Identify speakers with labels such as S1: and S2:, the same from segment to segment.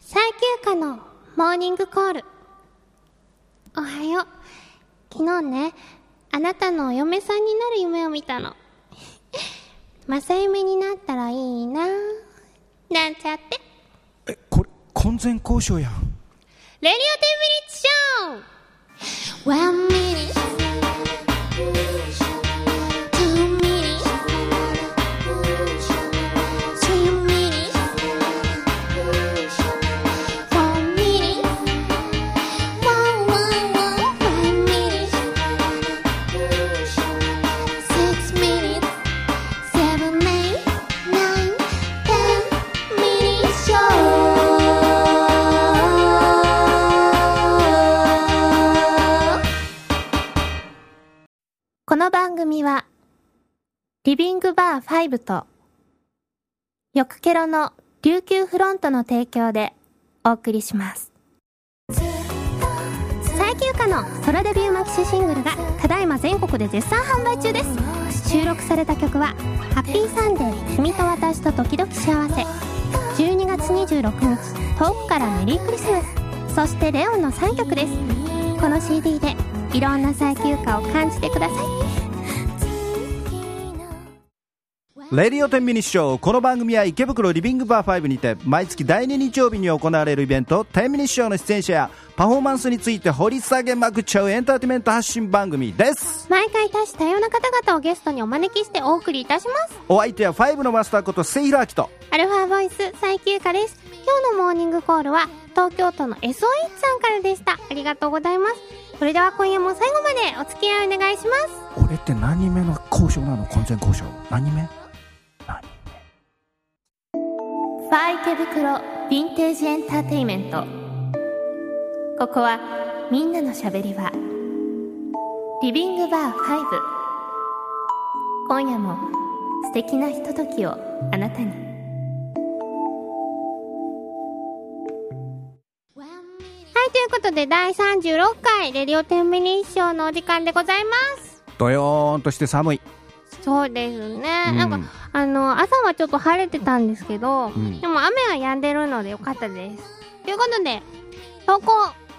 S1: 最休暇のモーニングコールおはよう昨日ねあなたのお嫁さんになる夢を見たの 正夢になったらいいななんちゃって
S2: えこれ婚前交渉やん
S1: レディオ10ミニッツショー1 minute 2 minute 3 minute 4 minute 1 minute 6 minute 7 minute 9 10 minute show
S3: この番組は、リビングバー5と、よくケロの琉球フロントの提供でお送りします。
S1: 最休暇のソロデビューマキシシングルがただいま全国で絶賛販売中です収録された曲は「ハッピーサンデー君と私と時々幸せ」12月26日遠くからメリークリスマスそして「レオン」の3曲ですこの CD でいろんな最休暇を感じてください
S2: レディオ10ミニッショーこの番組は池袋リビングバー5にて毎月第2日曜日に行われるイベント10ミニッショーの出演者やパフォーマンスについて掘り下げまくっちゃうエンターテインメント発信番組です
S1: 毎回多種多様な方々をゲストにお招きしてお送りいたします
S2: お相手は5のマスターこと末広明と
S1: アルファボイス最休暇です。今日のモーニングコールは東京都の SOH さんからでした。ありがとうございます。それでは今夜も最後までお付き合いお願いします。
S2: 俺って何人目の交渉なの婚前交渉何人目何
S3: ファー池袋ヴィンテージエンターテイメント。ここは、みんなのしゃべり場。リビングバー5。今夜も素敵なひとときをあなたに。
S1: はい、ということで第36回レディオ天ミニッショーのお時間でございます。
S2: ドヨーンとして寒い
S1: そうですね。
S2: うん
S1: なんか、あの、朝はちょっと晴れてたんですけど、
S2: ん
S1: でも雨は止んでるのでよかったです。ということで、投稿、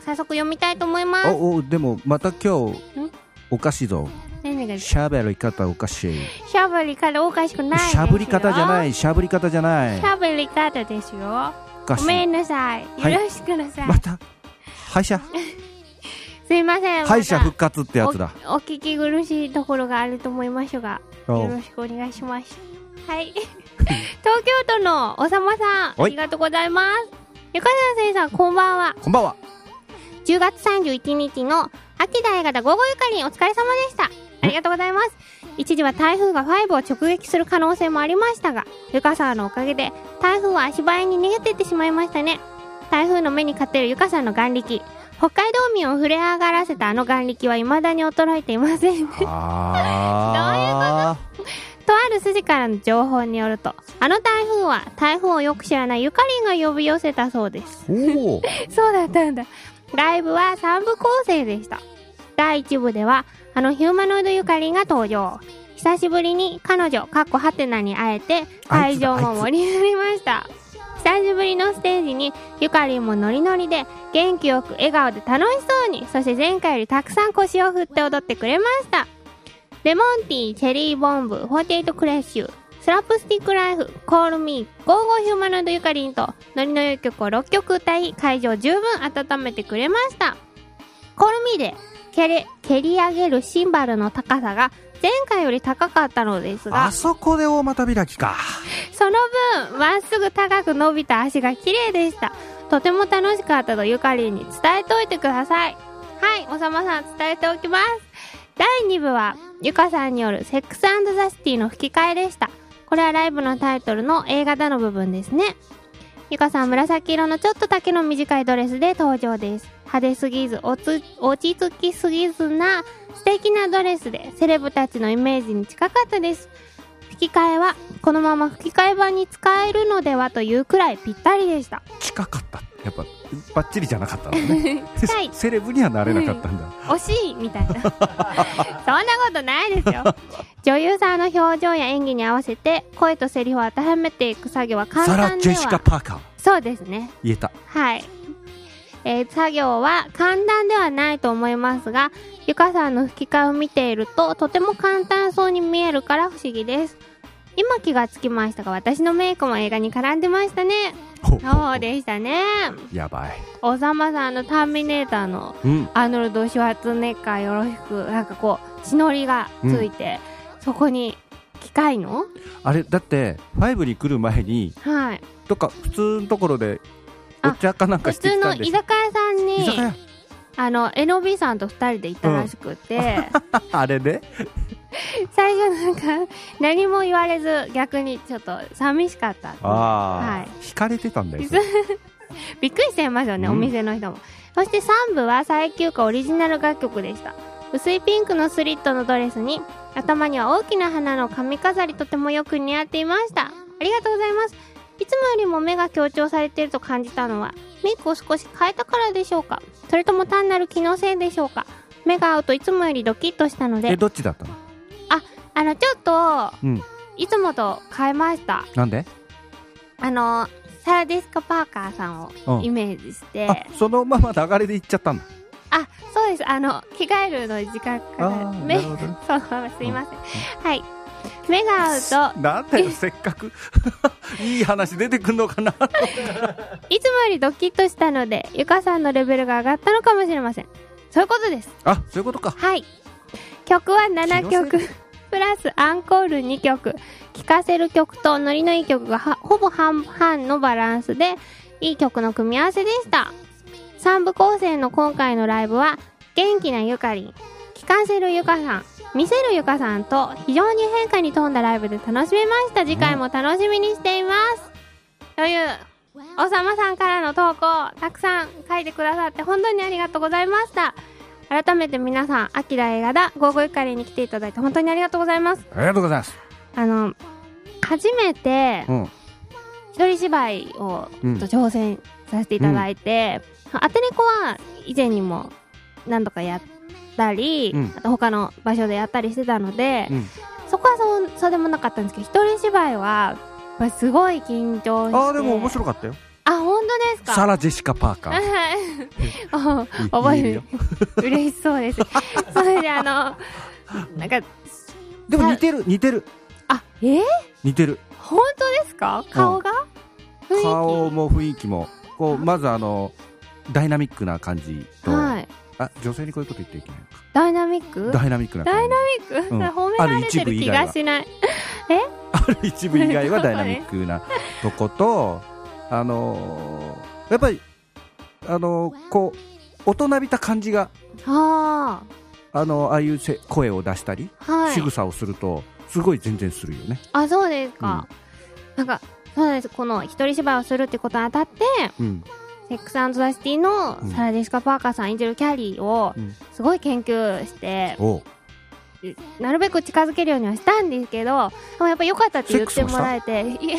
S1: 早速読みたいと思います。
S2: おおでもまた今日
S1: ん
S2: おかしいぞ
S1: 何がし
S2: しゃべり方おかしい
S1: ゃぶりからおかしくないです
S2: し
S1: よ
S2: ゃぶり方じゃないしゃぶり方じゃない
S1: しゃべり方ですよ。
S2: おかし
S1: ごめ
S2: い
S1: んなさい。
S2: はい
S1: よろしくなさい。
S2: また 敗者
S1: すいません。
S2: 敗者
S1: まだ
S2: 復活ってやつだ
S1: お。お聞き苦しいところがあると思いますが、
S2: お
S1: よろしくお願いします。 はい。東京都のおさまさん、
S2: は
S1: あ
S2: い
S1: りがとうございます。ゆかさん先生、こんばんは。
S2: こんば んは
S1: 10月31日の秋田映画だ午後ゆかりんお疲れ様でした。ありがとうございます。一時は台風が5を直撃する可能性もありましたが、ゆかさんのおかげで台風は足早に逃げてってしまいましたね。台風の目に勝てるゆかさんの眼力。北海道民を触れ上がらせたあの眼力は未だに衰えていません。
S2: あ
S1: とある筋からの情報によると、あの台風は台風をよく知らないゆかりんが呼び寄せたそうです。
S2: ーおお
S1: そうだったんだ。ライブは3部構成でした。第1部では、あのヒューマノイドゆかりんが登場。久しぶりに彼女、かっこはてなに会えて、
S2: あい
S1: 会
S2: つだ
S1: 場も盛り上がりました。久しぶりのステージに、ゆかりんもノリノリで、元気よく笑顔で楽しそうに、そして前回よりたくさん腰を振って踊ってくれました。レモンティー、チェリーボンブ、48クレッシュ、スラップスティックライフ、コールミー、ゴーゴーヒューマノイドユカリンと、ノリの良い曲を6曲歌い、会場を十分温めてくれました。コールミーで、蹴り、蹴り上げるシンバルの高さが、前回より高かったのですが
S2: あ、そこで大股開きか
S1: その分、まっすぐ高く伸びた足が綺麗でした。とても楽しかったとゆかりんに伝えておいてください。はい、おさまさん伝えておきます。第2部は、ゆかさんによるセックスザシティの吹き替えでした。これはライブのタイトルの映画だの部分ですね。ゆかさん紫色のちょっと丈の短いドレスで登場です。派手すぎず、おつ落ち着きすぎずな素敵なドレスでセレブたちのイメージに近かったです。吹き替えはこのまま吹き替え版に使えるのではというくらいぴったりで した
S2: 近かったやっぱバッチリじゃなかったの ね
S1: 近い
S2: セレブにはなれなかったんだ、
S1: 惜しいみたいな そんなことないですよ女優さんの表情や演技に合わせて声とセリフを当てはめていく作業は簡
S2: サ
S1: 単では
S2: ラ・ジェシカ・パーカー
S1: そうですね。
S2: 言えた。
S1: はい。えー作業は簡単ではないと思いますが、ゆかさんの吹き替えを見ていると、とても簡単そうに見えるから不思議です。今気がつきましたが、私のメイクも映画に絡んでましたね。
S2: ほ
S1: そうでしたね。
S2: やばい。
S1: おさまさんのターミネーターの
S2: うん。
S1: アーノルド・シュワルツェネッカーよろしく、なんかこう、血のりがついて、そこに機械の
S2: あれ、だって、5に来る前に、
S1: はい。
S2: とか、普通のところで、
S1: あ
S2: お茶かなんか
S1: 普
S2: してき
S1: 通
S2: た
S1: の
S2: んで
S1: 居
S2: す
S1: 酒屋さんに、
S2: 居酒屋
S1: あの、NOB さんと二人で行ったらしく て、
S2: あれで、
S1: 最初なんか、何も言われず、逆にちょっと寂しかった。
S2: ああ、
S1: は
S2: 惹かれてたんだよ。そ
S1: そう
S2: れ
S1: びっくりしちゃいますよね、
S2: うん
S1: お店の人も。そして3部は最休暇オリジナル楽曲でした。薄いピンクのスリットのドレスに、頭には大きな花の髪飾りとてもよく似合っていました。ありがとうございます。いつもよりも目が強調されていると感じたのは、メイクを少し変えたからでしょうかそれとも単なる気のせいでしょうか目が合うといつもよりドキッとしたの
S2: え、
S1: で、
S2: どっちだったの
S1: あの、ちょっと、
S2: うん。
S1: いつもと変えました。
S2: なんで
S1: あの、サラディスカ・パーカーさん
S2: う
S1: をイ
S2: ん。
S1: メージして、
S2: あ、そのまま流れで行っちゃったんだ。
S1: あ、そうです。あの、着替えるのに時間か
S2: あ
S1: かる。
S2: ー
S1: 目、
S2: な
S1: そ
S2: る
S1: う
S2: ほどね、
S1: すいません。はい。目が合う
S2: なんだよ、せっかく。 いい話出てくんのかな。
S1: と、いつもよりドキッとしたので、ゆかさんのレベルが上がったのかもしれません。そういうことです。
S2: あ、そういうことか。
S1: はい。曲は7曲
S2: 広。
S1: プラスアンコール2曲。聴かせる曲とノリのいい曲がはほぼ半々のバランスで、いい曲の組み合わせでした。3部構成の今回のライブは、元気なゆかりん、聴かせるゆかさん、見せるゆかさんと、非常に変化に富んだライブで楽しめました。次回も楽しみにしています。という、おさまさんからの投稿、たくさん書いてくださって本当にありがとうございました。改めて皆さん、アキラ映画だ、ゴーゴイカレーに来ていただいて本当にありがとうございます。
S2: ありがとうございます。
S1: あの、初めて、
S2: うん。
S1: 一人芝居を
S2: うん
S1: ちょっと挑戦させていただいて、アテレコは以前にも何度かやったり、
S2: うん
S1: あと他の場所でやったりしてたので、
S2: うん
S1: そこはそうそうでもなかったんですけど、一人芝居は、やっぱすごい緊張して。
S2: ああ、でも面白かったよ。
S1: あ、本当ですか
S2: サラ・ジェシカ・パーカー。
S1: はい。
S2: い
S1: お覚えて
S2: 言え
S1: る
S2: よ。
S1: 嬉しそう です。それであの、なんか、
S2: でも似てる、似てる、
S1: あ、えー、
S2: 似てる。
S1: 本当ですか顔が、雰囲気
S2: 顔も雰囲気も、こう、まずあの、ダイナミックな感じと、
S1: はい。
S2: あ、女性にこういうこと言っていけないのか。
S1: ダイナミック
S2: ダイナミックな感じ。
S1: ダイナミック、
S2: う
S1: そ
S2: ん
S1: れ褒められて
S2: あ
S1: る
S2: る一部以
S1: 気
S2: 外は
S1: がしない。
S2: ある一部以外はダイナミックなとこと、あのーやっぱり、あのーこう、大人びた感じが、
S1: は
S2: あのーああいうせ声を出したり、
S1: あ。は
S2: 仕
S1: い。
S2: 草をすると、すごい全然するよね。
S1: あ、そうですか。なんか、そうなんです。この一人芝居をするってことにあたって、
S2: うん。
S1: セックスザシティの
S2: うん
S1: サラディシカ・パーカーさん演じるキャリーを
S2: うん
S1: すごい研究して、
S2: おう
S1: なるべく近づけるようにはしたんですけど、でもやっぱ良かったって言ってもらえて、いえ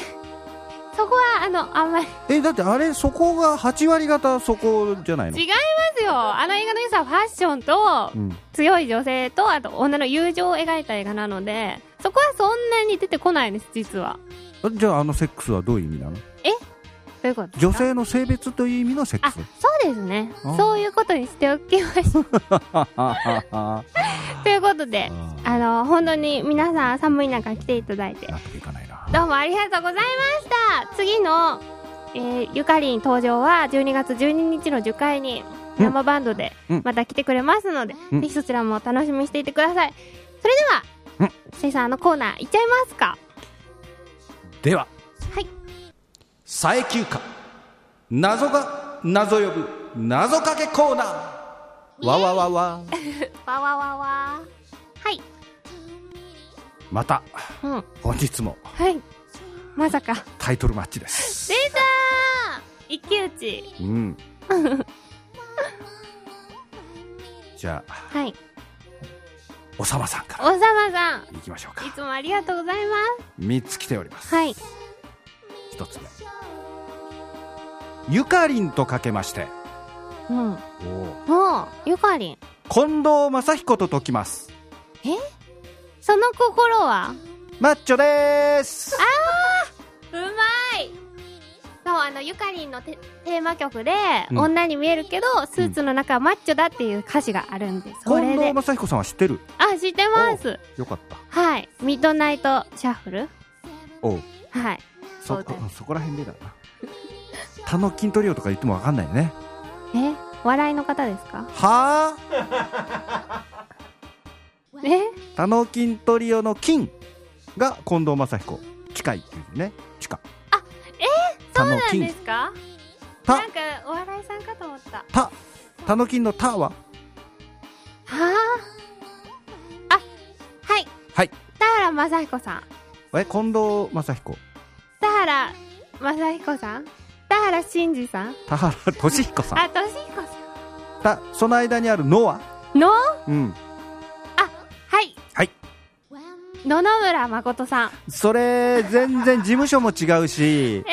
S1: そこはあの、あんまり
S2: え、だってあれ、そこが8割方そこじゃないの
S1: 違いますよ。あの映画の良さはファッションと
S2: うん。
S1: 強い女性と、あと女の友情を描いた映画なので、そこはそんなに出てこないんです、実は。
S2: あじゃあ、あのセックスはどういう意味なの
S1: ということですか
S2: 女性の性別という意味のセック
S1: あ、
S2: ス
S1: そ。うですね。
S2: あ
S1: そういうことにしておきまし ょう。
S2: はははは
S1: ということで、あ
S2: あ
S1: の、本当に皆さん寒い中来ていただいて
S2: ー、納得いかないな。
S1: どうもありがとうございました次の、えーゆかりん登場は12月12日の樹海に
S2: うん
S1: 生バンドで
S2: うん
S1: また来てくれますので、
S2: うん
S1: ぜひそちらもお楽しみにしていてくださいそれでは、せいさんのコーナーいっちゃいますか
S2: では、
S1: はい
S2: 佐伯休暇謎が謎呼ぶ謎かけコーナーわわわわ
S1: わわわわはい
S2: また
S1: うん
S2: 本日も
S1: はいまさか
S2: タイトルマッチです
S1: 出たー一騎打ち
S2: うん じゃあ
S1: はい
S2: おさまさん
S1: お
S2: か
S1: さまさん
S2: らいきましょう
S1: い
S2: か
S1: つもありがとうございま
S2: 3つ来ております
S1: すはい
S2: 1つ目ゆかりんとかけまして
S1: うん
S2: 近
S1: もうゆかりん
S2: 藤正彦と解きます
S1: その心は
S2: マッチョでーす
S1: うまいそうあのゆかりんのテテーマ曲で、
S2: うん
S1: 女に見えるけどスーツの中はマッチョだっていう歌詞があるんでそ
S2: 近
S1: れ
S2: 藤
S1: で
S2: 正彦さんは知ってる
S1: あ知ってます
S2: よかった
S1: はいミッドナイトシャッフル
S2: おう
S1: はい
S2: そ
S1: そうだよ
S2: うんそこら辺でだな他の筋トレオとか言っても分かんないよね
S1: え笑いの方ですか
S2: はあ
S1: え
S2: 他の筋トリオの金が近藤正彦近いっていうね近
S1: あ
S2: えそ
S1: そうなんですか
S2: た
S1: なんかお笑いさんかと思った
S2: たたのきんのたは
S1: はあ。あ、はい。
S2: はい。
S1: 田原正彦さん。
S2: え近藤正彦
S1: 田原正彦さん。田原真二さん。
S2: 田原俊彦さん
S1: あ、俊彦さ
S2: たその間にあるのは
S1: ん。の、
S2: うん
S1: はい。
S2: はい。
S1: 野々村誠さん。
S2: それ全然事務所も違うし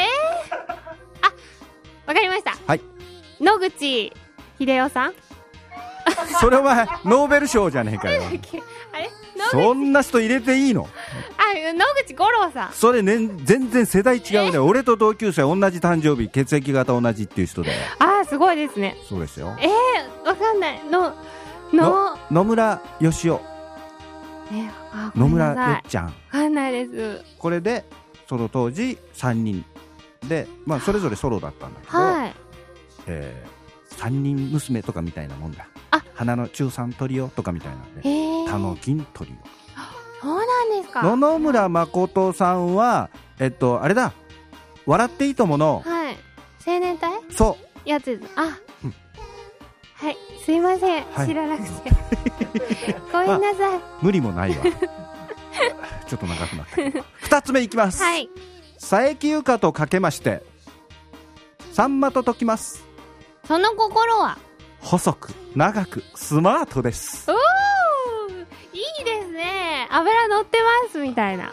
S1: わかりました。
S2: はい。
S1: 野口英世さん。
S2: それお前 ノーベル賞じゃねえかよ
S1: あれ野
S2: そんな人入れていいの
S1: あ、野口五郎さん。
S2: それ、ね、全然世代違うね俺と同級生同じ誕生日血液型同じっていう人だよ
S1: あー、すごいですね。
S2: そうですよ
S1: え、わかんない。の、の、
S2: 野村よしお
S1: え、あ、ご
S2: 野
S1: めんな
S2: 村
S1: さい
S2: よっちゃん
S1: わかんないです。
S2: これでその当時3人で、まあ、それぞれソロだったんだけど、
S1: はい。
S2: えー、3人娘とかみたいなもんだ
S1: あ
S2: 花の中3トリオとかみたいなん
S1: え
S2: で
S1: ー、
S2: 他の金トリ
S1: そうなんです
S2: オ
S1: か。
S2: 野々村誠さんはえっとあれだ「笑っていいともの
S1: はい。青年隊」
S2: そ
S1: やつです。あ、
S2: うん
S1: はい。すいません。
S2: はい
S1: 知らなくて。 ごめんなさい。
S2: う無理もないわ ちょっと長くなったけど2つ目いきます、
S1: はい。
S2: 佐伯優香とかけましてさんまと解きます
S1: その心は。
S2: 細く長くスマートです
S1: おお。いいですね。油乗ってますみたいな。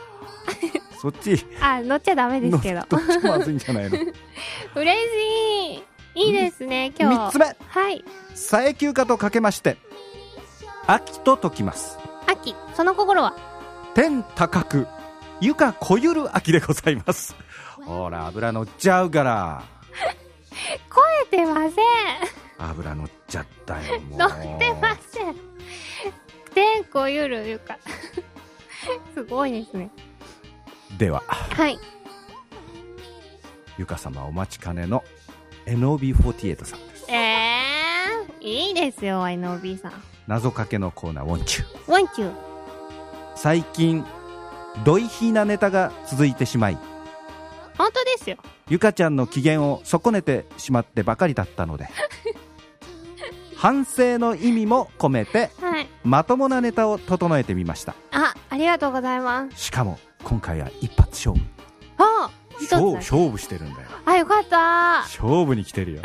S2: そっち
S1: あ、乗っちゃダメですけど
S2: の。どっちもまずいんじ ゃないの
S1: 嬉しい。いいですね。今日。
S2: 3つ目
S1: はい。
S2: 佐伯優香とかけまして秋と解きます
S1: 秋。その心は。
S2: 天高く床こゆる秋でござい ますほら油乗っちゃうから
S1: 出てません。
S2: 油乗っちゃったよもう
S1: 乗ってません。天候ゆるゆか。 すごいですね。
S2: では
S1: はい。
S2: ゆか様お待ちかねの NOB48 さんです
S1: えー、いいですよ、INOB さん。
S2: 謎かけのコーナーウォンチュ
S1: ワンキュー。
S2: 最近ドイヒーなネタが続いてしまい
S1: 本当ですよ。
S2: ゆかちゃんの機嫌を損ねてしまってばかりだっ たので反省の意味も込めて
S1: はい。
S2: まともなネタを整えてみました
S1: あ、ありがとうございます。
S2: しかも今回は一発勝負
S1: あ一つだ
S2: 勝勝負してるんだよ
S1: あ、よかった
S2: 勝負に来 てるよ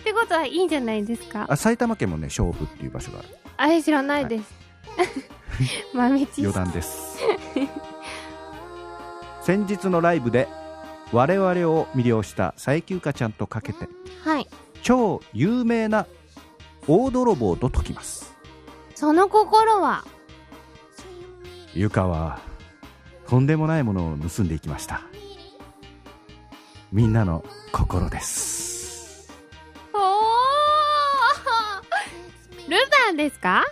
S1: ってことはいいんじゃないですか
S2: あ埼玉県もね勝負っていう場所がある
S1: あれ知らないです。豆知識。
S2: 余談です 先日のライブで我々を魅了した佐伯ゆかちゃんとかけて
S1: はい。
S2: 超有名な大泥棒と解きます
S1: その心は、
S2: ゆかはとんでもないものを盗んでいきましたみんなの心です
S1: おールパンですか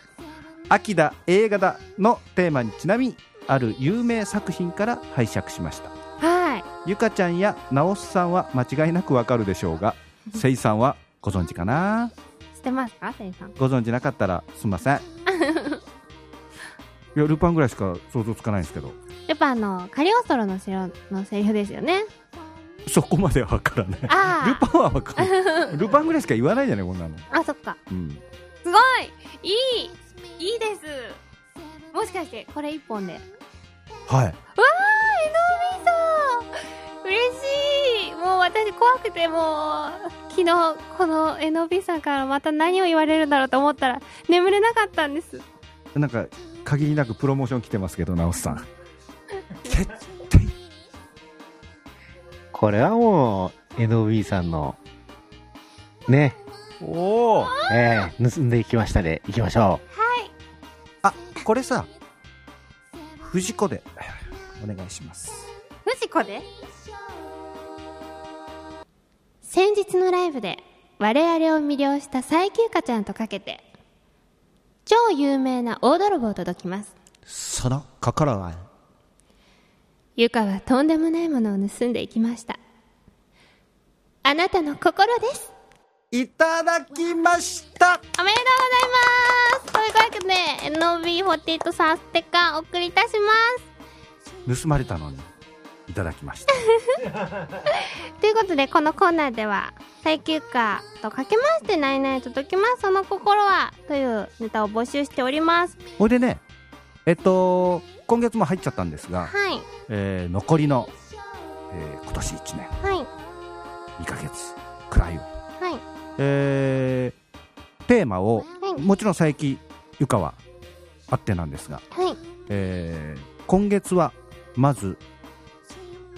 S2: 秋だ映画だのテーマにちなみある有名作品から拝借しました
S1: はい。
S2: ゆかちゃんやなおすさんは間違いなくわかるでしょうがせいさんはご存知かな
S1: 知ってますかせいさん。
S2: ご存知なかったらすんませんいやルパンぐらいしか想像つかないんですけど
S1: ルパンのカリオストロの城のセリフですよね。
S2: そこまではわからないル
S1: あ
S2: パンはわかるルパンぐらいしか言わないじゃないこんなの、
S1: あ。あ、そっか。
S2: うん、
S1: すごいいいいいですもしかして、これ一本で。
S2: はい
S1: わあ、エノビさん嬉しいもう私怖くてもう、昨日このエノビさんからまた何を言われるんだろうと思ったら眠れなかったんです。
S2: なんか限りなくプロモーション来てますけど直さん絶対
S4: これはもう、NOB さんの、ね、
S2: おお
S4: ええ盗んでいきましたで、いきましょ
S2: あこれさ藤子でお願いします
S1: 藤子で先日のライブで我々を魅了した最休暇ちゃんとかけて超有名な大泥棒と解きます
S2: その心は
S1: ゆかはとんでもないものを盗んでいきましたあなたの心です
S2: いただきました
S1: おめでとうございますというわけで NOB48 サステカお送りいたしま
S2: 盗まれたのにいただきました
S1: すということでこのコーナーでは最休暇とかけましてないないと解きますその心はというネタを募集しております
S2: ほいでねえっと今月も入っちゃったんです
S1: は
S2: が、
S1: い
S2: えー残りの、えー今年1年
S1: はい
S2: 2ヶ月くらいを、
S1: はい
S2: えーテーマを
S1: はい
S2: もちろん佐伯由香はあってなんですが、
S1: はい
S2: えー今月はまず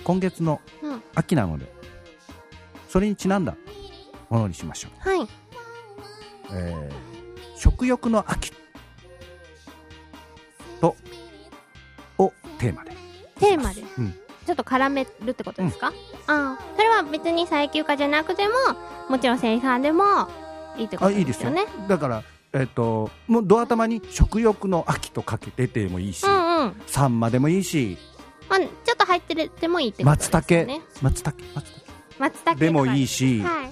S2: 今月の
S1: うん
S2: 秋なので、それにちなんだものにしましょう、
S1: はい
S2: えー食欲の秋とをテーマで、
S1: テーマです
S2: うん、
S1: ちょっと絡めるってことですか、ああそれは別に最休暇じゃなくてももちろん生産でもいいってこ
S2: あ
S1: と
S2: い
S1: で
S2: いです
S1: す
S2: よ
S1: よね
S2: だからえっ、ともうドア玉に食欲の秋とかけてでもいいし、
S1: うんうん
S2: サンマでもいいし
S1: まあ、ちょっと入ってるでもいいってことです
S2: 松
S1: よ
S2: 茸、
S1: ね。
S2: 松茸松茸
S1: 松茸。
S2: でもいい
S1: し。
S2: し、
S1: はい。わ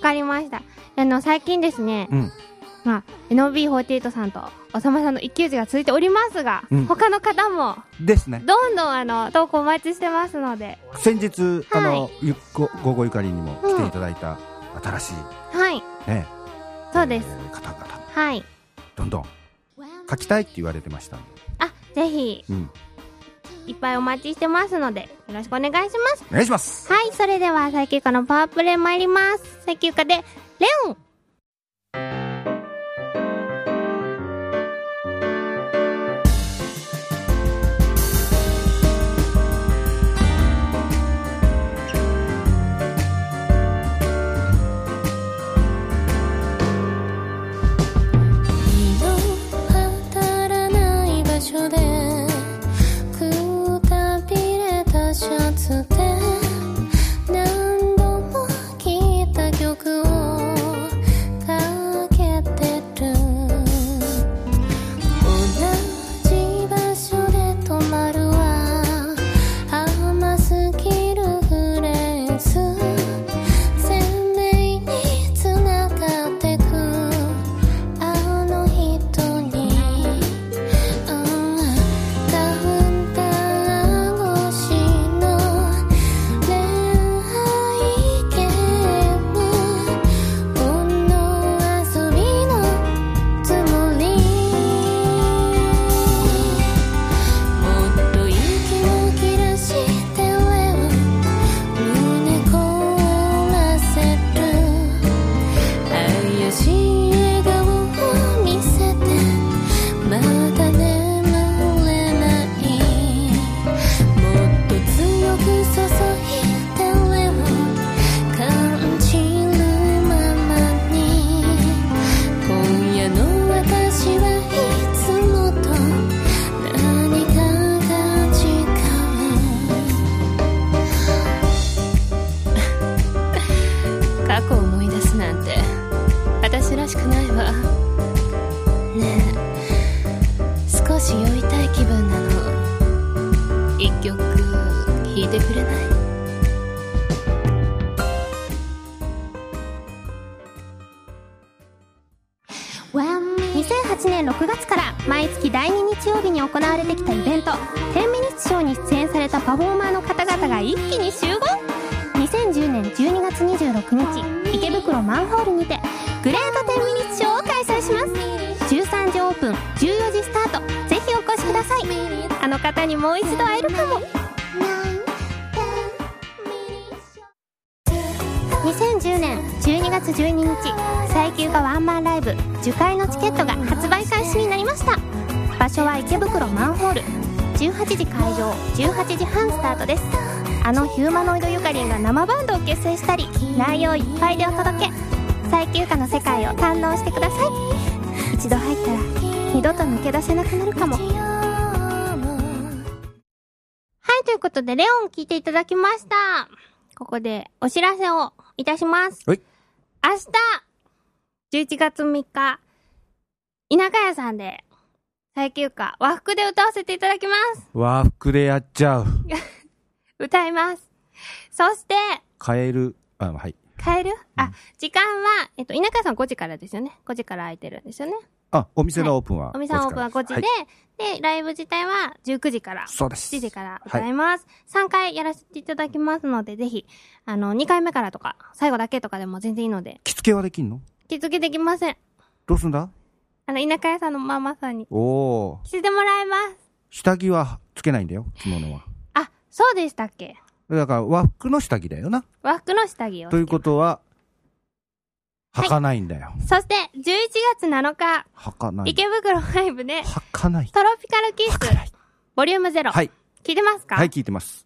S1: かりました。あの、最近ですね、
S2: うん
S1: まあ、NOB48 さんと、おさまさんの一騎打ちが続いておりますが、
S2: うん
S1: 他の方も、
S2: ですね
S1: どんどんあの、投稿お待ちしてますので、
S2: 先日、あ
S1: は
S2: のゆご午後ゆかりにも来ていただいた新し
S1: はい。
S2: い、ね
S1: そうです
S2: えー方々
S1: はい。
S2: どんどん書きたいって言われてましたんで、
S1: あ、ぜひ、
S2: うん、
S1: いっぱいお待ちしてますので、よろしくお願いします。
S2: お願いします
S1: はい、それでは、最休暇のパワープレイ参ります。最休暇で、レオン
S5: 当たらない場所でくたびれたシャツで何度も聴いた曲をかけてる同じ場所で止まるは甘すぎるフレーズ鮮明に繋がってくあの人にカウンター越しの恋愛ゲームこの遊びのつもりもっと息を切らしてレオ胸凍らせる怪しい笑顔を見せてまだ眠れないもっと強く注いでれを感じるままに今夜の私はいつもと何かが違う過去を思い出すなんて私らしくないわねえ少し酔いたい気分なの一曲弾いてくれない
S3: 2008年6月から毎月第2日曜日に行われてきたイベント「10ミニッツショー」に出演されたパフォーマーの方々が一気に集合2010年12月26日池袋マンホールにてグレート10ミニッツショーを開催します13時オープン14時スタートぜひお越しくださいあの方にもう一度会えるかも2010年12月12日最休がワンマンライブ受会のチケットが発売開始になりました場所は池袋マンホール18時開場18時半スタートですあのヒューマノイドゆかりんが生バンドを結成したり内容いっぱいでお届け最休暇の世界を堪能してください一度入ったら二度と抜け出せなくなるかも
S1: はい、ということで、レオン聞いていただきました。ここでお知らせをいたします。
S2: はい
S1: 明日、11月3日、田舎屋さんで、最休暇、和服で歌わせていただきます。
S2: 和服でやっちゃう。
S1: 歌います。そして、
S2: カエル、あ、はい。
S1: 帰るあ、時間は、えっと、田舎屋さん5時からですよね。5時から空いてるんですよね。
S2: あ、お店のオープンは、
S1: お店のオープンは5時で、
S2: い
S1: で、ライブ自体は19時から、
S2: そうです。
S1: 7時から歌います。3回やらせていただきますので、ぜひ、あの、2回目からとか、最後だけとかでも全然いいので、
S2: 着付けはできんの
S1: 気づけできません。
S2: どうすんだ
S1: あの、田舎屋さんのママさんに
S2: おおー。
S1: 着せてもらいます。
S2: 下着はつけないんだよ、着物は。
S1: あ、そうでしたっけ
S2: だから和服の下着だよな。
S1: 和服の下着を。
S2: ということは、
S1: い
S2: 履かないんだよ。
S1: そして、11月7日、
S2: 履かない。
S1: 池袋5で、
S2: 履かない。
S1: トロピカルキス
S2: 履、かない。
S1: ボリューム0。
S2: はい。
S1: 聞いてますか
S2: はい、聞いてます。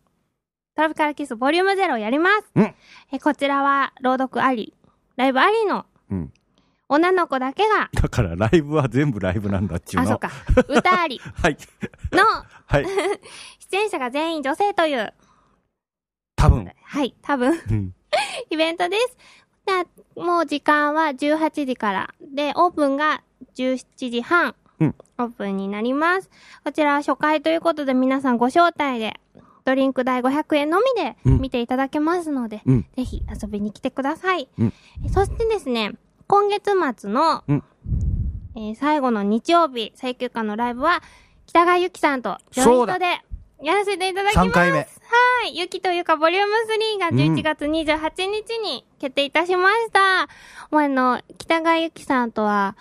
S1: トロピカルキスボリュームゼロをやります。
S2: うん
S1: えこちらは朗読あり、ライブありの
S2: うん。
S1: 女の子だけが、
S2: だからライブは全部ライブなんだっちゅう
S1: あ、
S2: の。
S1: そうか、歌あり
S2: はい。
S1: の
S2: はい。
S1: 出演者が全員女性という、
S2: 多分。
S1: はい、多分、
S2: うん。
S1: イベントです。なもう時間は18時から。で、オープンが17時半。
S2: うん
S1: オープンになります。こちらは初回ということで皆さんご招待で、ドリンク代500円のみで
S2: うん
S1: 見ていただけますので、
S2: うん
S1: ぜひ遊びに来てください。
S2: うん
S1: えそしてですね、今月末の、
S2: うん
S1: えー最後の日曜日、最休暇のライブは、北川由紀さんとジョイントでやらせていただきます。
S2: 3回目。
S1: はい。ゆきというか、ボリューム3が11月28日に決定いたしました。もうあの、北川ゆきさんとは、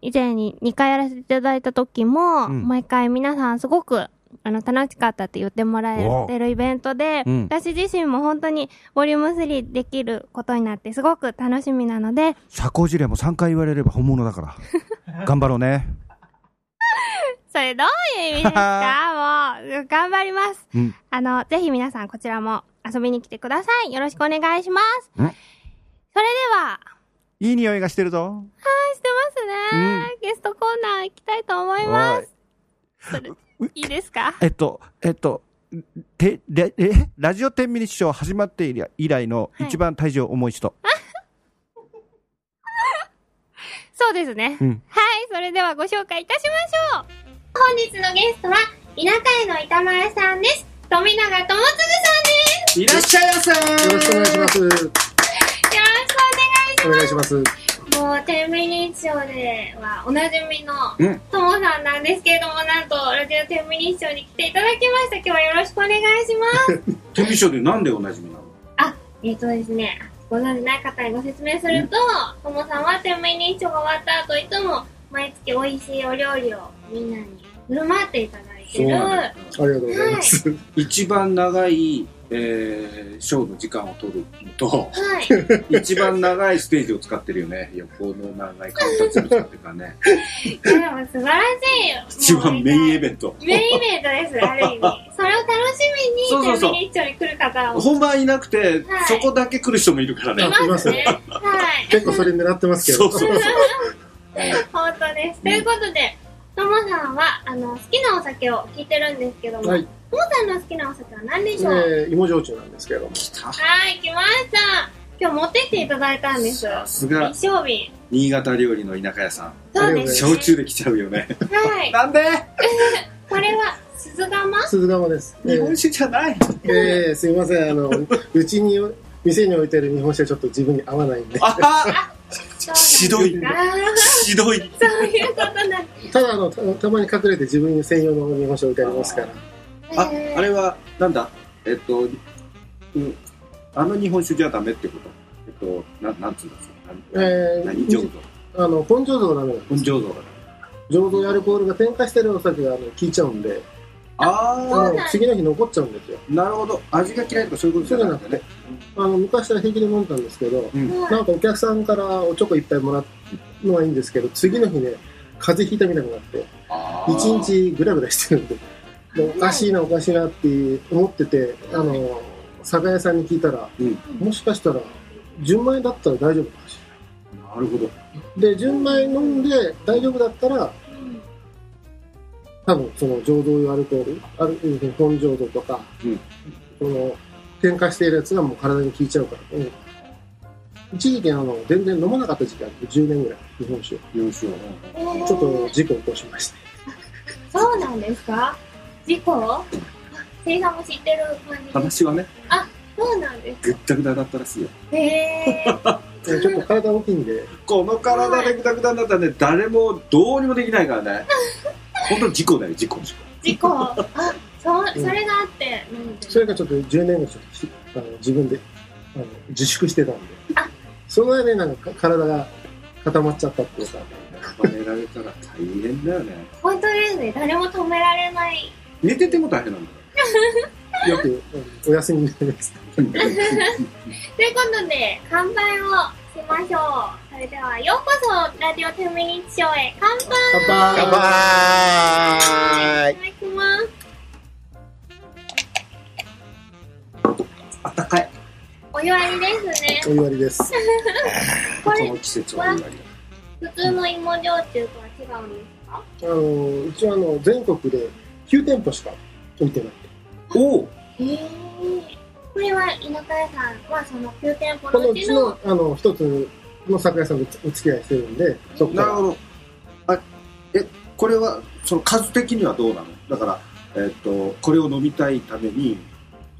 S1: 以前に2回やらせていただいた時も、
S2: うん
S1: 毎回皆さんすごく、あの、楽しかったって言ってもらえてるイベントで、
S2: うん
S1: 私自身も本当に、ボリューム3できることになって、すごく楽しみなので、
S2: 社交辞令も3回言われれば本物 だから。頑張ろうね。
S1: それどういう意味ですかもう、頑張ります。
S2: うん。
S1: あの、ぜひ皆さんこちらも遊びに来てください。よろしくお願いします。そ
S2: うん
S1: れでは、
S2: いい匂いがしてるぞ。
S1: あしてますね、ゲストコーナー行きたいと思います。それ
S2: う
S1: いいですか
S2: えっと、えっと、て、れ、えラジオ天ミニッショー始まって以来以来の
S1: はい
S2: 一番体重重い人。
S1: そうですね。
S2: うん。
S1: はい、それではご紹介いたしましょう。本日のゲストは、田舎への板前さんです。富永智嗣さんです。
S6: いらっしゃいませよろしくお願いします。
S1: よろし
S6: お願いし
S1: く
S6: ます。
S1: お願いします。もう、天秤日賞ではおなじみの、
S6: うん
S1: ともさんなんですけれども、なんと、ラジオ天秤日賞に来ていただきました。今日はよろしくお願いします。
S6: トミショでなんでおなじみなの
S1: えっ、とですね、ご存じない方にご説明すると、ともさんは天命認証が終わった後、いつも毎月美味しいお料理をみんなに振る舞っていただいてる。
S6: ありがとうございます。一番長い、えー、ショーの時間を取るの と、
S1: はい。
S6: 一番長いステージを使ってるよね。横の長い観察を使ってるからね。
S1: いやでも素晴らしい。
S6: 一番メインイベ
S1: ン
S6: ント。
S1: ト。メインイベントです、ある意 味。それを楽しみに
S6: そうそうそう
S1: 天命認証に来る方は
S6: 本番いなくて、
S1: はい
S6: そこだけ来る人もいるからね。
S1: いますね。はい。
S7: 結構それ狙ってますけ
S6: そ
S7: ど
S6: う。そうそう。
S1: 本当です。ということで、ともさんは、あの、好きなお酒を聞いてるんですけども、とも、
S7: はい。
S1: さんの好きなお酒は何で
S7: え
S1: しょう、
S7: ー、芋焼酎なんですけれども。
S6: 来た。
S1: はい、来ました。今日持ってきていただいたんです。
S6: さすが
S1: 一、升瓶。
S6: 新潟料理の田舎屋さん。
S1: そうです、ね。
S6: 焼酎で来ちゃうよね。
S1: はい。
S6: なんで
S1: これは、鈴釜
S7: 鈴鴨です。え
S6: 日本
S7: ー
S6: 酒じゃない。
S7: えーすいません。あの、 うちに、店に置いてる日本酒はちょっと自分に合わないんで。
S6: ああひどい
S1: ああ、
S6: ひどい。
S1: そういうことなんで
S7: ただ、あの、たたまに隠れて自分専用の日本酒置いてありますから。
S6: あ
S1: す、ね。
S6: あれは、なんだえっと、うん、あの日本酒じゃダメってことえっと、ななんつうんですか何
S7: え
S6: 何醸
S7: ー、
S6: 造
S7: あの、本醸造なのよ。
S6: 本醸造が。
S7: 醸造やアルコールが添加してるお酒があの効いちゃうんで、
S1: そう
S6: あ
S1: なんだ
S7: 次の日残っちゃうんですよ。
S6: あ、なるほど。味が嫌いとかそういうことじゃなくてね。
S7: あの、昔は平気で飲んだんですけど、
S1: はい
S7: なんかお客さんからおちょこいっぱいもらうのはいいんですけど、次の日ね、風邪ひいたみたいになって、
S6: あー
S7: 一。日ぐらぐらしてるんで、でおかしいな、おかしいなって思ってて、あの、酒屋さんに聞いたら、
S6: うん
S7: もしかしたら、純米だったら大丈夫かもし
S6: なるほど。
S7: れない。で、純米飲んで大丈夫だったら、多分その醸造用アルコール、ある本醸造とか、
S6: うん
S7: その、添加しているやつがもう体に効いちゃうから、うん一時期あの全然飲まなかった時期あって10年ぐらい日本酒を
S2: 洋酒をね
S7: ちょっと事故を起こしまして
S1: そうなんですか事故生産も知ってる感じ
S2: 話はね
S1: そうなんです
S2: ぐったぐただったらしいよ
S1: へえ ー、
S7: でちょっと体大きいんで
S2: この体でぐたぐたになったらね誰もどうにもできないか らね本当に事故だよ事故事故
S1: 事故あそそれがあって飲んで
S7: それがちょっと10年ぐらいちょっとひあの自分であの自粛してたんでその間になんかか体が固まっちゃったっていうか
S2: 暴れられたら大変だよね
S1: 本当ですね誰も止められない
S2: 寝てても大変なんだよ
S7: よくうんお休みになります
S1: ということで乾杯をしましょうそれではようこそラジオ天秤日賞へ乾杯
S7: 乾杯
S8: 乾杯
S1: いただきます
S2: あったかい
S1: お湯割りですね
S7: お湯割りです
S1: こ
S2: こ
S1: れ
S2: の季節は終わりだ
S1: 普通の芋焼酎とは違うんですか
S7: あのうちはあの全国で9店舗しか置いてない
S2: おお
S1: へえこれは田舎屋さんはその9店舗
S7: この
S1: のう
S7: う
S1: ち
S7: ち
S1: の
S7: のあの一つの酒屋さんとお付き合いしてるんでそこか
S2: なる
S7: ら
S2: ほどあえこれはその数的にはどうなのだから、えっとこれを飲みたいために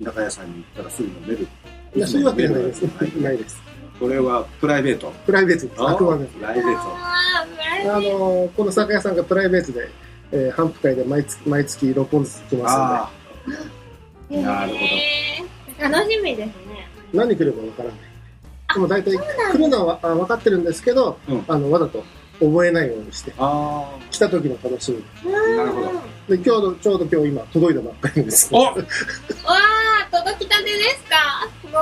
S2: 田舎屋さんに行ったらすぐ飲める
S7: いやそういうわけじゃないです
S2: 飲めるわけじゃ
S7: な
S2: ない
S7: いです
S2: これはプライベート
S7: プライベートですあくまで
S2: プライベート
S1: あー
S7: あ
S1: ブラジル
S7: のこの酒屋さんがプライベートで、えー、反復会で毎月毎月6本ずつ来ま
S2: あーなるほど
S1: ど楽しみですね
S7: すんで何来るかわからないでも大体来るのはあ分かってるんですけど、
S2: うん
S7: あのわざと覚えないようにして
S2: あ
S7: 来た時の楽し
S1: う
S7: み
S1: ん
S2: なるほど
S1: わ
S7: で今日のちょうど今日今届いたばっかりなんですけど
S1: あ届きたてですかすご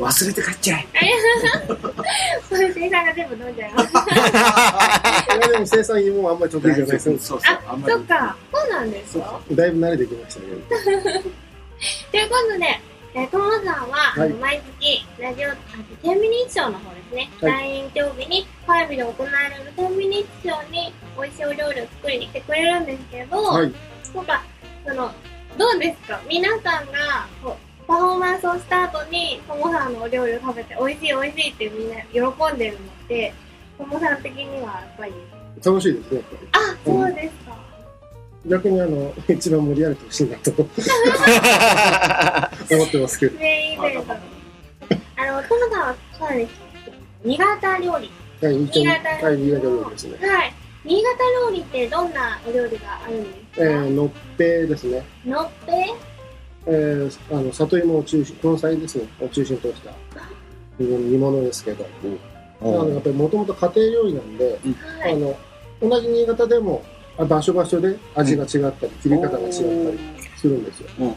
S2: ー忘れて帰っちゃえ
S1: い そういう生産が全部飲んじゃいます
S7: いやでも生産芋はあんまり得意じゃないです
S2: そう
S7: よ
S2: そうあんまり
S1: そっかそうなんですか
S7: だいぶ慣れてきましたけど
S1: ということで、えー、ともさんは、
S7: はい
S1: あの毎月、ラジオ、あ天秤日賞の方ですね、
S7: はい
S1: 来日曜日に、ファイブで行われる天秤日賞に、美味しいお料理を作りに来てくれるんですけど、
S7: はい
S1: なんか、その、どうですか皆さんが、こう、パフォーマンスをした後に、ともさんのお料理を食べて、美味しい美味しいってみんな喜んでるのって、ともさん的には、やっぱり、
S7: 楽しいですねやっぱり
S1: あ、そうですか。
S7: 逆にあの一番盛り上げてほしいな と思ってますけど
S1: 全員イベントに。あの、ともさんは、そうです。苦手料理。
S7: はい新
S1: 新潟
S7: 潟はい新潟料理ですね
S1: はい。新潟料理ってどんなお料理があるんです
S7: え
S1: か、
S7: ー、のっぺですね
S1: のっぺ
S7: えー、あの里芋を中心根菜ですねを中心とした非常に煮物ですけどあのやっぱりもともと家庭料理なんで、
S1: は
S7: あ
S1: い。
S7: の同じ新潟でもあ場所場所で味が違ったり、切り方が違ったりするんですよ、
S2: うん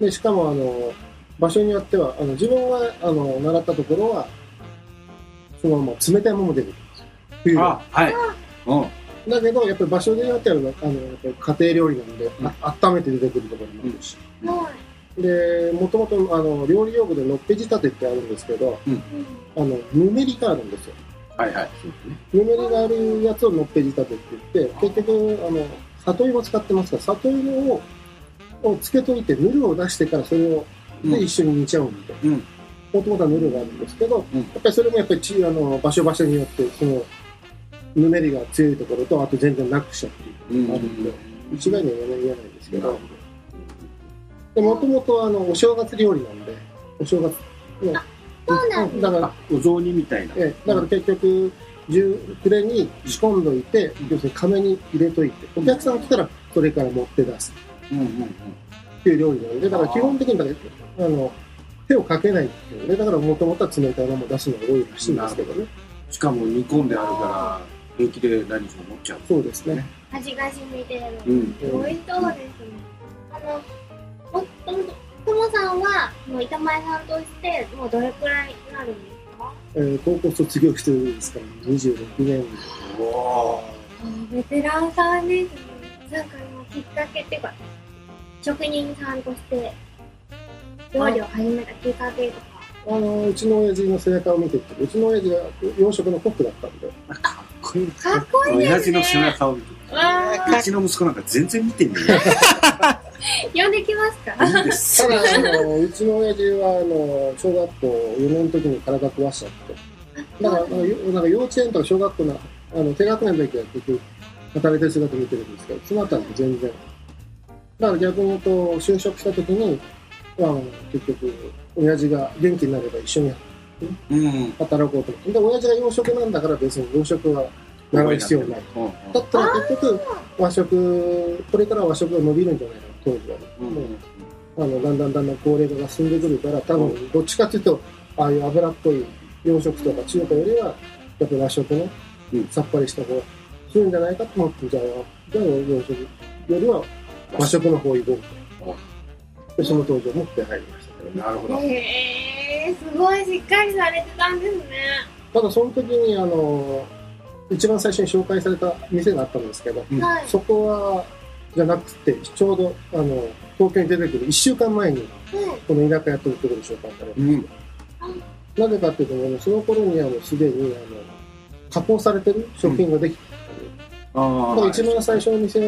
S7: でしかもあの場所によってはあの自分があの習ったところはそのまま冷たいまま出てくるんですよ冬は
S2: あはいうん
S7: だけどやっぱり場所によってはあのあのやっぱり家庭料理なんで、
S2: うん
S7: あ温めて出てくるところもあるし、
S1: はい。
S7: でもともとあの料理用語でのっぺ仕立てってあるんですけど
S1: うん
S7: あのぬめりがあるんですよ
S2: はいはい
S7: ぬめりがあるやつをのっぺ仕立てって言って結局あの里芋使ってますから里芋ををつけといてぬるを出してからそれを
S2: うん
S7: で一緒に煮ちゃうんで
S2: うん
S7: もともとはぬるがあるんですけど、
S2: うん
S7: やっぱりそれもやっぱりちあの場所場所によってそのぬめりが強いところとあと全然なくしちゃっていう
S2: うん
S7: あるんで一概には言えない言えないんですけ
S2: なる
S7: ど
S2: ほど
S7: でもともとあのお正月料理なんでお正月の
S1: そうなんです
S7: だから
S2: あお雑煮みたいな
S7: ええだから結局、10暮れに仕込んどいて、要するに亀に入れといて、お客さんが来たら、それから持って出す
S2: うんうんうん
S7: っていう料理なんで、だから基本的にだけあの手をかけないっていうね、だからもともとは冷たいまま出すのが多いらしいんですけどね、
S2: しかも煮込んであるから平気で何日も持っちゃう
S7: そうですね、
S1: 味が染みてるの。
S2: うん
S7: え
S1: 美味
S7: え
S1: しそうですね。あの、もともともさんは、もう板前さんとして、もうどれくらいになるんですか
S7: えー高校卒業してるんですから、26年、
S2: おお
S1: ベテランさんですね。なんかもうきっかけっていうか、職人さんとして、料理を始めたきっかけとか。
S7: あのうちの親父の背中を見てって、うちの親父が洋食のコックだったんで、
S2: これ
S1: かっこいいですね。
S2: 親父の背中を見て
S1: わー
S2: うちの息子なんか全然見てんねえよ
S1: 呼んできますか
S2: いいです
S7: ただあの、うちの親父はあの小学校4年の時に体壊しちゃって、だからなんかよなんか幼稚園とか小学校のあの低学年の時は結局、働いてる姿見てるんですけど、その後は全然。だから逆に言うと、就職した時に、まあ、結局、親父が元気になれば一緒に
S2: うん
S7: 働こうと思って、で親父が洋食なんだから別に洋食は習う必要ない。
S2: うん
S7: だったら結局、和食、これから和食が伸びるんじゃないかな、当時はね。
S2: うんうん
S7: あのだんだんだんだん高齢化が進んでくるから多
S2: う
S7: 分どっちかというとああいう脂っこい洋食とか中華よりはやっぱ和食の
S2: うん
S7: さっぱりした方がするんじゃないかと思ってじゃあじゃあ洋食よりは和食の方行こ
S2: お
S7: うとでその当時を持って入りましたけどね
S2: なるほど
S1: へえすごいしっかりされてたんですね
S7: ただその時にあの一番最初に紹介された店があったんですけど
S2: うん
S1: はい
S7: そこはじゃなくてちょうどあの東京に出てくる1週間前に
S1: う
S7: この田舎やってるところに紹介されて
S2: うん
S7: なぜかっていうと、もうその頃にはもうすでにあの加工されてる食品ができて
S2: あ
S7: た、だから一番最初の店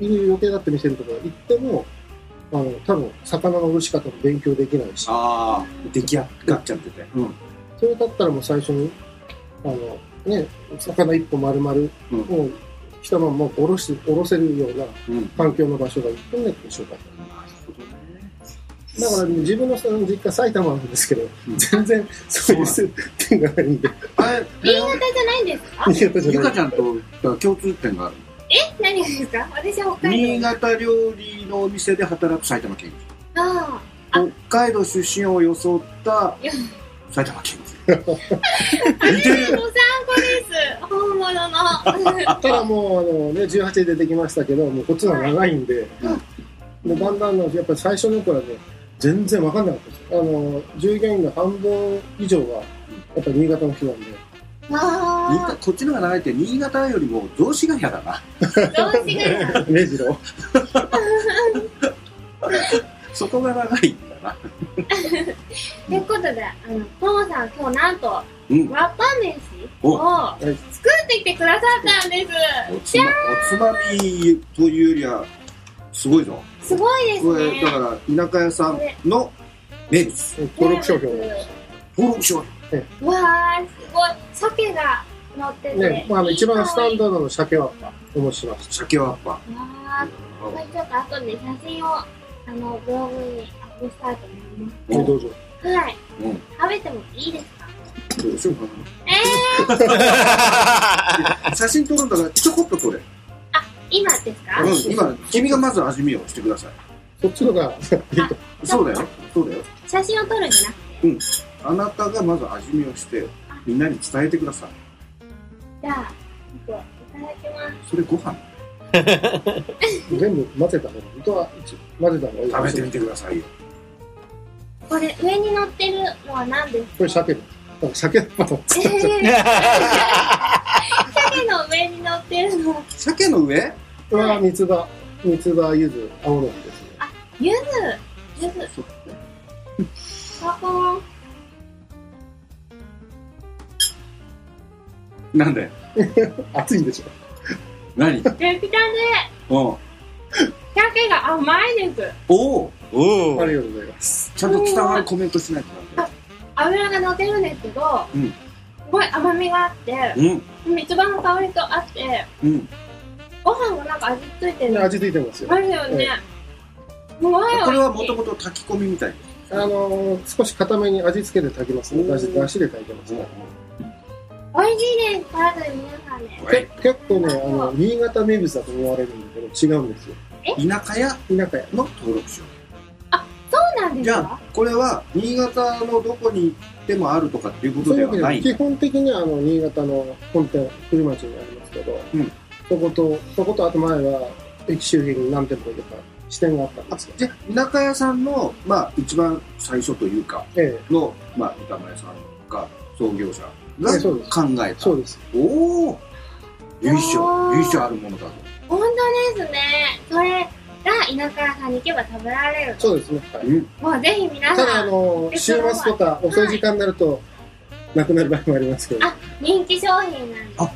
S7: いる予定だって見せるところ行ってもあの多分魚の卸し方も勉強できないし
S2: ああ出来上がっちゃっててうん
S7: それだったらもう最初にあの、ね、魚一本丸々
S2: うん
S7: もう一晩もう卸し卸せるような
S2: うん
S7: 環境の場所が一本だって紹介され
S2: なるほどね
S7: ただから、自分のその実家埼玉なんですけど、
S2: うん
S7: 全然そういう点がないんで
S2: あれ
S1: ん、新潟じゃないんですか
S7: 新潟じゃ
S2: ゆ
S7: な
S2: か
S7: い
S2: ちゃんと共通点がある
S1: え何がですか私は北海
S2: 新
S1: 道
S2: 潟料理のお店で働く埼玉県
S1: あ
S2: 人北海道出身を装った
S1: いや
S2: 埼玉県人
S1: あ似てるお散歩です本物の
S7: ただもうあの、ね、18で出てきましたけどもうこっちの方が長いんで,、でだんだんのやっぱり最初の頃はね全然分かんなかったですあの従業員の半分以上はやっぱり新潟の人なんで
S2: 新
S1: あ
S2: 潟こっちの方が長いって新潟よりも雑司が嫌だな
S1: あどうしがや
S7: 目白
S2: そこが長いんだな
S1: ということで、あの、ともさん今日なんと、わ
S2: うん
S1: っぱ飯
S2: お
S1: を
S7: い
S1: 作ってきてくださったんで
S2: おつまおつまみというよりはすごいぞ
S1: す。すごいで
S2: こ
S1: す
S2: れ
S1: ね。
S2: だから田舎屋さんの名物
S7: 登録商標
S2: 登録しよ
S1: わー、すごい。鮭が乗ってて。
S7: ね、まあ、あの一番スタン
S1: ド。わ
S7: ダードの鮭はおもしま
S2: う
S7: す
S2: 鮭はっぱ
S1: ー、これちょっと後で写真を、あの、ブログにアップしたいと思いま
S7: どうぞ
S1: す。はい。
S2: うん
S1: 食べてもいいですか
S2: どうしようか
S1: えー、
S2: な写真撮るんだからちょこっと撮れ、う
S1: 今ですか
S2: ん、今君がまず味見をしてくださ
S7: そっちのが
S2: いそうだよそうだよ
S1: 写真を撮るんじゃなくて。
S2: あなたがまず味見をしてみんなに伝えてください
S1: じゃあ、ちょっといただきます。
S2: それご飯
S7: 全部混ぜた方が本当は一混ぜた
S2: 食
S7: 方が
S2: べ
S7: いい
S2: てみ
S7: こ
S2: てくださいよ
S1: これ、上に乗ってるのは何 ですか
S7: れ鮭ですだから鮭だったの
S1: えー鮭の上に乗ってるのは
S2: 鮭の上
S7: これは三つ葉三つ葉柚子青のりですね
S1: 柚子柚
S2: そう
S1: 子パコン
S2: なんだよ
S7: 熱いんでしょ
S2: 何 うん
S1: できたね
S2: お
S1: 鮭が甘いです
S2: おう
S9: お
S7: あ
S9: お
S7: りがとうございます
S2: ちゃんと伝わるコメントしないとなんだよ
S1: 油が乗ってるんですけど、
S2: うん
S1: すごい甘みがあって
S2: うん
S1: 三つ葉の香りとあって
S2: うん
S1: ご飯もなんか味ついてるのあ
S7: 味付いてますよ
S1: るよね、すごい
S2: これは
S1: 美
S2: も
S1: 味し
S2: と
S1: い
S2: もと炊き込みみたい
S7: あのー少し固めに味付けで炊きますね。
S2: おー
S7: だしだしで炊いてますね。
S1: 美味しいですサラダで皆さんね
S2: で
S7: け結構ね、あの、新潟名物だと思われるんだけど、違うんですよ。
S2: 田舎屋
S7: 田舎や。
S2: の登録書
S1: そうなんで
S2: じ
S1: す
S2: ゃ
S1: か
S2: あこれは新潟のどこに行ってもあるとかっていうこと
S7: そうい
S2: で
S7: う
S2: は
S7: わ
S2: な
S7: け
S2: い
S7: で、基本的にはあの、新潟の本店、古町にありますけど、
S2: うん
S7: そこと、そこと、あと前は、駅周辺に何店舗か支店があったん
S2: あ
S7: ですよ。
S2: じゃあ田舎屋さんの、まあ、一番最初というか
S7: え
S2: の、まあ、板前さんが創業者
S7: えそうで
S2: が考え
S7: え、
S2: た
S7: そうです。
S2: おお由緒
S1: おー
S2: 由緒あるものだぞ
S1: 本当ですねそれが田舎屋さんに行けば食べられる
S7: そうですね。はい
S2: うん
S1: もうぜひ皆
S7: ただ、
S1: さ
S7: あ
S1: ん
S7: のー、週末とか遅い時間になると、なくなる場合もありますけど、
S1: あ人気商品なんですね
S2: こ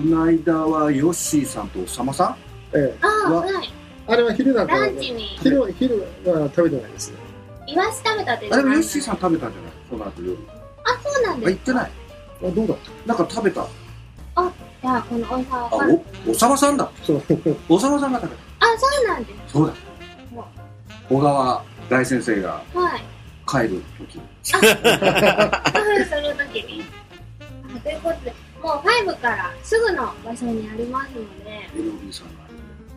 S2: の間はヨッシーさんとおさまさ
S7: ええ、
S1: ああ
S2: わ
S1: はい
S2: ん
S7: あれは昼だった
S1: ラ
S7: の
S1: ンチ
S7: で、
S1: に
S7: 昼は昼は食べてないですね。
S1: イワシ食べたって
S2: あれもヨッシー
S1: そ
S2: さん食べたんじゃないこの後夜
S1: うなん
S2: あ
S1: で
S2: 行
S1: す
S2: ってない
S7: あどうだった
S2: なんか食べたあ
S1: じゃあこのおいしさはあ
S2: おおさまさんだ
S7: そう。
S2: おさまさんが食べた
S1: そうなんで
S2: そうだ
S1: も
S2: 小川大先生が
S1: すはい
S2: 帰る時
S1: はいその時にあということでもう5からすぐの場所にありますので
S2: NOB さんが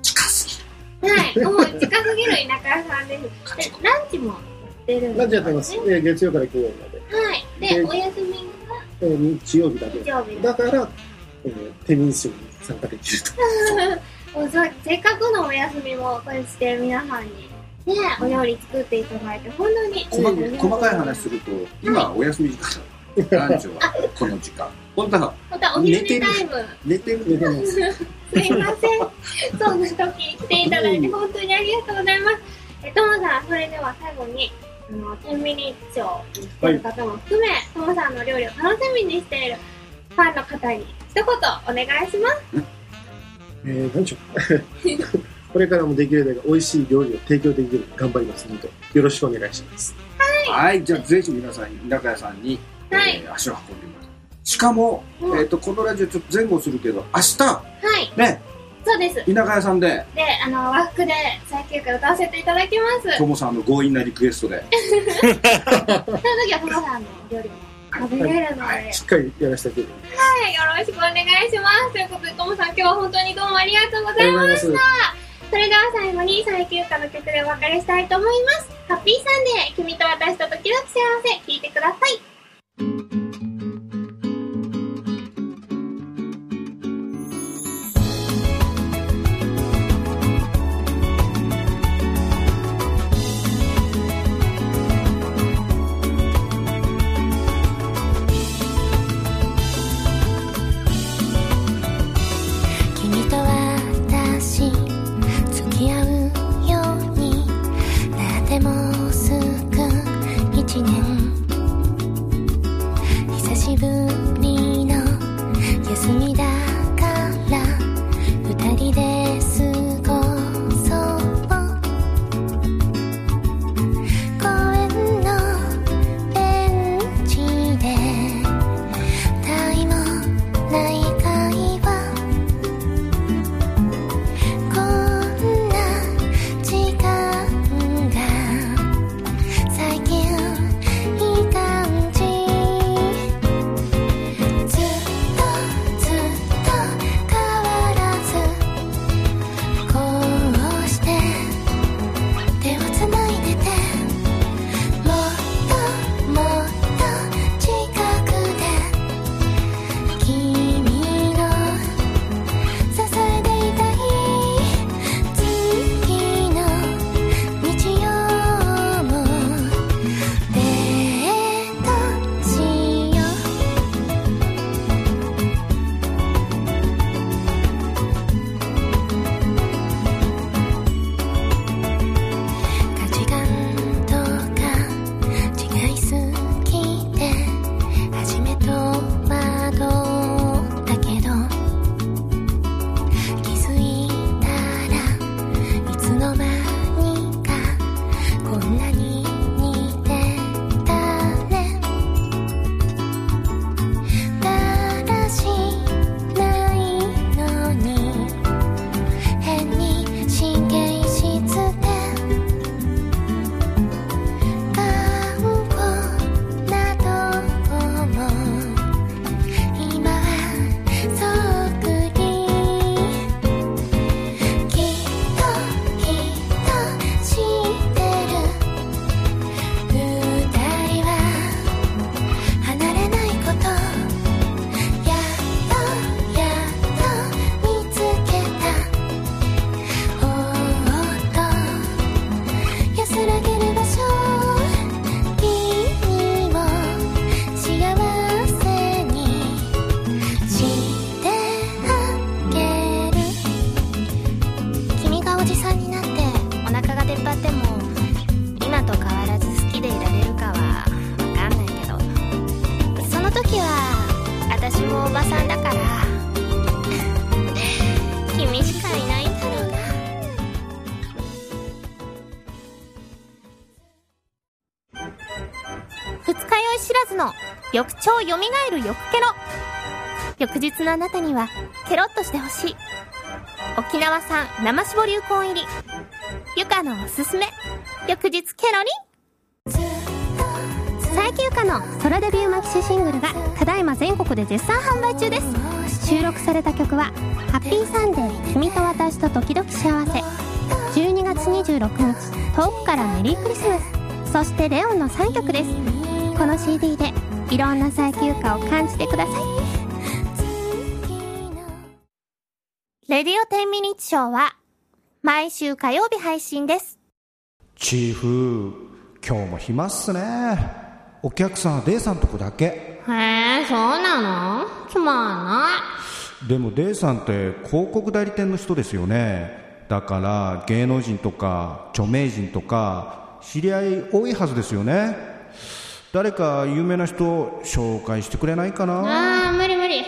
S2: 近すぎる
S1: はいもう近すぎる田舎屋さんですでランチもやってるん
S7: ランチ
S1: で
S7: やってます。えー月曜から金曜まで。
S1: はいでお休みが
S7: えー日曜日だ
S1: 日
S7: け。
S1: 曜日
S7: だから、えー、テニスに参加できると。
S1: もうそうせっかくのお休みもこれして皆さんにねお料理作っていただいて本当に
S2: 細か細かい話すると今お休み時間だ男女はこの時間本当は
S1: またお昼寝タイム
S2: 寝てる
S7: 寝てます。
S1: すいませんそんな時来ていただいて本当にありがとうございますえともさんそれでは最後にあの天秤日常にしている方も含め、ともさんの料理を楽しみにしているファンの方に一言お願いします
S7: えー、なんちゅう。 これからもできるだけ美味しい料理を提供できるように頑張りますので、よろしくお願いします。
S2: はい、じゃあぜひ皆さん、田舎屋さんに、
S1: はい
S2: えー足を運んでみます。しかも、
S1: うん
S2: えっ、と、このラジオちょっと前後するけど、明
S1: はい
S2: 日、ね、
S1: そうです
S2: 田舎屋さんで、
S1: であの和服で最休暇歌わせていただきます
S2: ともさんの強引なリクエストで、
S1: その時はトモさんの料理も食べれるので、はい、よ
S7: しっかりやらせてあげてくだ
S1: ろしくお願いします。ということで、トモさん、今日は本当にどうもありがとうござ
S7: さい。
S1: いま
S7: ありがとうござい
S1: した。それでは最後に最休暇の曲でお別れしたいと思います。ハッピーサンデー、君と私と時々幸せ、聴いてください。
S5: 君と私付き合うようになってもうすぐ1年久しぶりの休みだから二人で過ごそう公園のベンチで愛もない会話こんな時間が最近いい感じずっとずっと変わらずこうして手をつないでてもっともっと近くで君の「支えていたい」「月の日曜もデートしよう」「価値観とか違いすぎて」「初めと惑ったけど」気づいたらいつの間にかこんなに似てたねだらしないのに変に神経質で頑固なとこも今はそっくりきっときっと知ってる二人は離れないことやっとやっと見つけたおっと安らげる場所君を幸せにしてあげる君がおじさんになってお腹が出っ張っても今と変わらず好きでいられるかは分かんないけどその時は私もおばさんだから 君しかいないんだろうな
S1: の翌朝よみがえる翌ケロ翌日のあなたにはケロッとしてほしい沖縄産生搾りうこん入りゆかのおすすめ翌日ケロリン最休暇のソロデビューマキシシングルがただいま全国で絶賛販売中です収録された曲は「ハッピーサンデー君と私と時々幸せ」12月26日遠くからメリークリスマスそしてレオンの3曲ですこの CD でいろんな最休暇を感じてくださいレディオ10ミニッツショーは毎週火曜日配信です
S2: チーフ今日も暇っすねお客さんはデイさんとこだけ
S5: へえ、そうなのつま
S2: でもデイさんって広告代理店の人ですよねだから芸能人とか著名人とか知り合い多いはずですよね誰か有名な人を紹介してくれないかな
S5: らない。ああ、無理無理。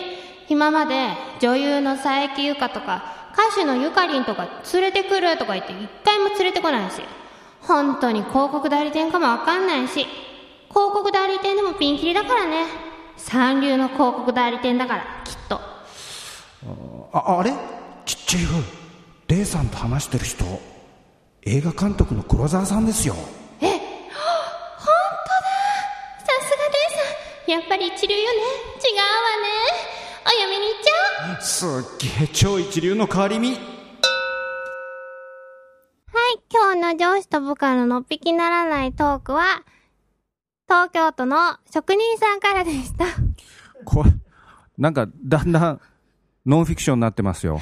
S5: 今まで女優の佐伯ゆかとか、歌手のゆかりんとか連れてくるとか言って一回も連れてこないし、本当に広告代理店かもわかんないし、広告代理店でもピンキリだからね。三流の広告代理店だから、きっと。
S2: ああれチチーフデイさんと話してる人映画監督の黒沢さんですよ
S5: さすがですやっぱり一流よね違うわねお嫁に行っちゃおうは
S2: すっげえ超一流の変わり身
S5: い今日の上司と部下ののっぴきならないトークは東京都の職人さんからで した
S2: これなんかだんだんノンフィクションになってます よ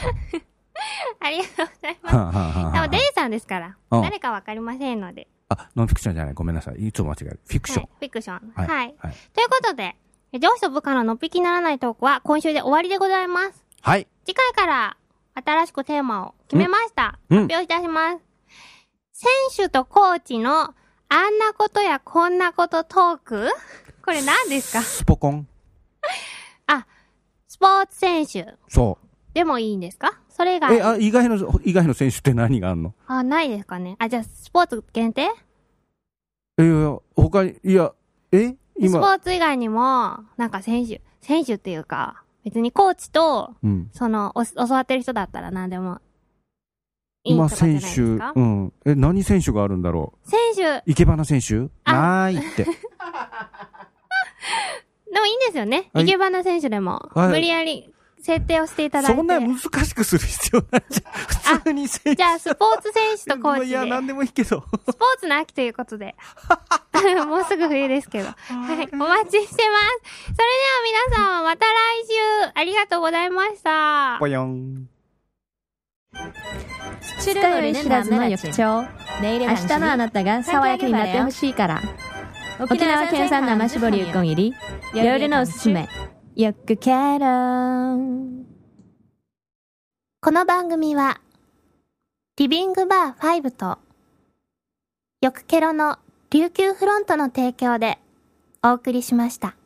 S5: ありがとうございま
S2: はあはあは
S5: す
S2: あ
S5: でもデイさんですから
S2: うん
S5: 誰かわかりませんので
S2: あノンフィクションじゃないごめんなさいいつも間違えるフィクシ
S5: は
S2: ョン、
S5: いフィクションはい
S2: はい、
S5: ということで上司と部下ののっぴきならないトークは今週で終わりでございます
S2: はい
S5: 次回から新しくテーマを決めました。
S2: うん
S5: 発表いたします。選手とコーチのあんなことやこんなことトークこれ何ですか
S2: スポコン
S5: スポーツ選手
S2: そ
S5: でもいいんですかそれ以
S2: うえ
S5: 外。
S2: あ以外の以外の選手って何があんの
S5: あ、ないですかね。あ、じゃあスポーツ限定
S2: いやいや他にいやえ
S5: スポ
S2: 今
S5: ーツ以外にも、なんか選手、選手っていうか、別にコーチと、
S2: うん
S5: その、お教わってる人だったら何でもいいと
S2: 今
S5: かじゃな
S2: 選
S5: いで
S2: 手
S5: すか
S2: う。んえ何選手があるんだろう
S5: 選手、
S2: 生け花選手
S5: あ
S2: ない って
S5: でもいいんですよね。
S2: はい
S5: いけばな選手でも。
S2: はい
S5: 無理やり設定をしていただいて。
S2: そんな難しくする必要ないじゃん。普通に選手。
S5: じゃあ、スポーツ選手とコーチ
S2: い
S5: で。
S2: や、なんでもいいけど。
S5: スポーツの秋ということで。 もうすぐ冬で すけど。はい。お待ちしてます。それでは皆さん、また来週、ありがとうございました。
S2: ぽよん。
S10: 知らない知らずの翌朝明日のあなたが爽やかになってほしいから沖縄県産生搾りうこん入り夜のおすすめよくケロン
S1: この番組は、リビングバー5と、よくケロの琉球フロントの提供でお送りしました。